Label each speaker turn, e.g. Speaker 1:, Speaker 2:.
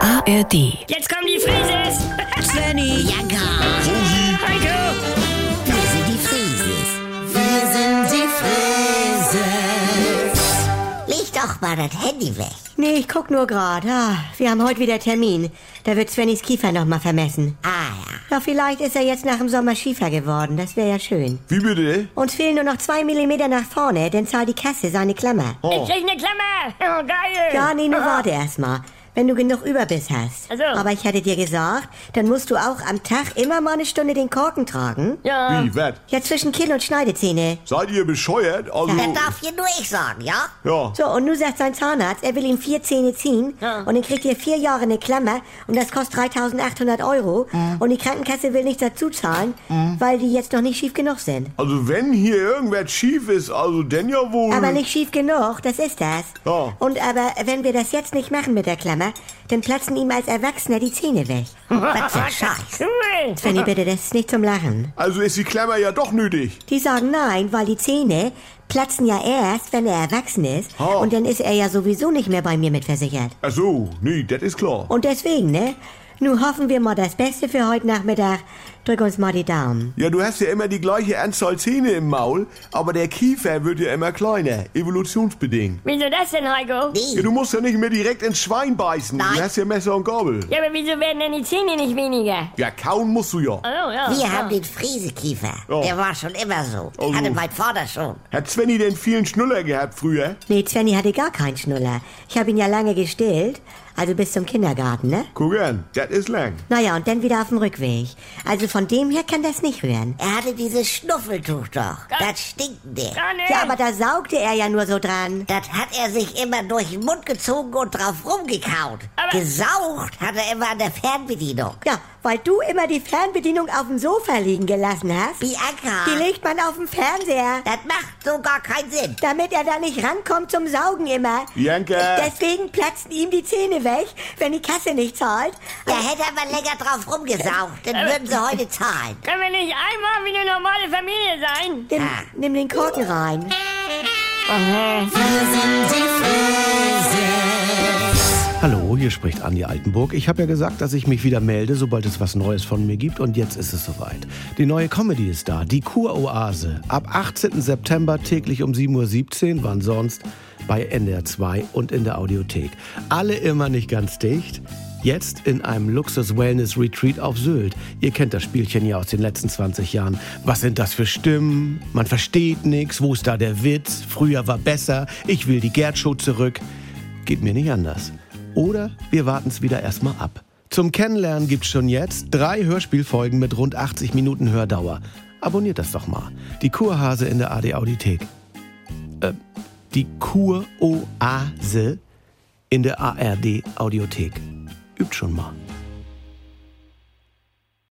Speaker 1: ARD.
Speaker 2: Jetzt kommen die Frises!
Speaker 3: Svenny,
Speaker 4: Ja, gar.
Speaker 2: Heiko!
Speaker 4: Wir sind die Frieses. Wir sind die Frieses. Leg doch mal das Handy weg.
Speaker 3: nee, ich guck nur gerade. Ah, wir haben heute wieder Termin. Da wird Svennys Kiefer nochmal vermessen.
Speaker 4: Ah ja.
Speaker 3: Doch vielleicht ist er jetzt nach dem Sommer schiefer geworden. Das wäre ja schön.
Speaker 5: Wie bitte?
Speaker 3: Uns fehlen nur noch zwei Millimeter nach vorne, denn zahlt die Kasse seine Klammer.
Speaker 5: Oh.
Speaker 2: Ich krieg eine Klammer! Oh, geil!
Speaker 3: Ja, nee, nur warte erstmal. Wenn du genug Überbiss hast.
Speaker 2: Ach so.
Speaker 3: Aber ich hatte dir gesagt, dann musst du auch am Tag immer mal eine Stunde den Korken tragen.
Speaker 2: Ja.
Speaker 5: Wie, was?
Speaker 3: Ja, zwischen Kinn und Schneidezähne.
Speaker 5: Seid ihr bescheuert? Also,
Speaker 4: Das darf hier nur ich sagen, ja?
Speaker 5: ja.
Speaker 3: So, und nun sagt sein Zahnarzt, er will ihm vier Zähne ziehen
Speaker 2: Ja.
Speaker 3: und dann kriegt ihr vier Jahre eine Klammer und das kostet 3800 Euro und die Krankenkasse will nichts dazu zahlen, weil die jetzt noch nicht schief genug sind.
Speaker 5: Also, wenn hier irgendwer schief ist, also denn ja wohl.
Speaker 3: Aber nicht schief genug, das ist das.
Speaker 5: Ja.
Speaker 3: Und aber wenn wir das jetzt nicht machen mit der Klammer, dann platzen ihm als Erwachsener die Zähne weg.
Speaker 4: Was für ein Scheiß.
Speaker 2: Cool!
Speaker 3: Fanny, bitte, das ist nicht zum Lachen.
Speaker 5: Also ist die Klammer ja doch nötig.
Speaker 3: Die sagen nein, weil die Zähne platzen ja erst, wenn er erwachsen ist
Speaker 5: Ja.
Speaker 3: und dann ist er ja sowieso nicht mehr bei mir mitversichert.
Speaker 5: Ach so, nee, das ist klar.
Speaker 3: Und deswegen, ne? Nun hoffen wir mal das Beste für heute Nachmittag. Drück uns mal die Daumen.
Speaker 5: Ja, du hast ja immer die gleiche Anzahl Zähne im Maul, aber der Kiefer wird ja immer kleiner, evolutionsbedingt.
Speaker 2: Wieso das denn, Heiko?
Speaker 4: Nee.
Speaker 5: Ja, du musst ja nicht mehr direkt ins Schwein beißen.
Speaker 4: Nein.
Speaker 5: Du hast ja Messer und Gabel.
Speaker 2: Ja, aber wieso werden denn die Zähne nicht weniger?
Speaker 5: Ja, kauen musst du ja.
Speaker 2: Oh, ja.
Speaker 4: Wir
Speaker 2: ja.
Speaker 4: haben den Friesekiefer.
Speaker 5: Ja.
Speaker 4: Der war schon immer so.
Speaker 5: Oh.
Speaker 4: Hatte mein Vater schon.
Speaker 5: Hat Svenny denn vielen Schnuller gehabt früher?
Speaker 3: Nee, Svenny hatte gar keinen Schnuller. Ich habe ihn ja lange gestillt. Also bis zum Kindergarten, ne?
Speaker 5: Guck an, das ist lang.
Speaker 3: Naja, und dann wieder auf dem Rückweg. Also von dem her kann das nicht hören.
Speaker 4: Er hatte dieses Schnuffeltuch doch. Das stinkende.
Speaker 2: Ah, nee.
Speaker 3: Ja, aber da saugte er ja nur so dran.
Speaker 4: Das hat er sich immer durch den Mund gezogen und drauf rumgekaut.
Speaker 2: Aber-
Speaker 4: Gesaugt hat er immer an der Fernbedienung.
Speaker 3: Ja, weil du immer die Fernbedienung auf dem Sofa liegen gelassen hast.
Speaker 4: Bianca,
Speaker 3: Die legt man auf dem Fernseher,
Speaker 4: das macht so gar keinen Sinn.
Speaker 3: damit er da nicht rankommt zum Saugen immer.
Speaker 5: Bianca.
Speaker 3: Äh, Deswegen platzen ihm die Zähne weg, wenn die Kasse nicht zahlt.
Speaker 4: Da hätte er mal länger drauf rumgesaugt, dann würden sie heute zahlen.
Speaker 2: Können wir nicht einmal wie eine normale Familie sein?
Speaker 3: Nimm,
Speaker 4: Ah.
Speaker 3: nimm den Korken rein.
Speaker 6: Hallo, hier spricht Andi Altenburg. Ich habe ja gesagt, dass ich mich wieder melde, sobald es was Neues von mir gibt. Und jetzt ist es soweit. Die neue Comedy ist da, die Kuroase. Ab 18. September täglich um 7.17 Uhr, wann sonst, bei NDR 2 und in der Audiothek. Alle immer nicht ganz dicht. Jetzt in einem Luxus-Wellness-Retreat auf Sylt. Ihr kennt das Spielchen ja aus den letzten 20 Jahren. Was sind das für Stimmen? Man versteht nichts. Wo ist da der Witz? Früher war besser. Ich will die Gerd-Show zurück. Geht mir nicht anders. Oder wir warten es wieder erstmal ab. Zum Kennenlernen gibt's schon jetzt drei Hörspielfolgen mit rund 80 Minuten Hördauer. Abonniert das doch mal. Die Kurhase in der AD Audiothek. Äh, die Kuroase in der ARD Audiothek. Übt schon mal.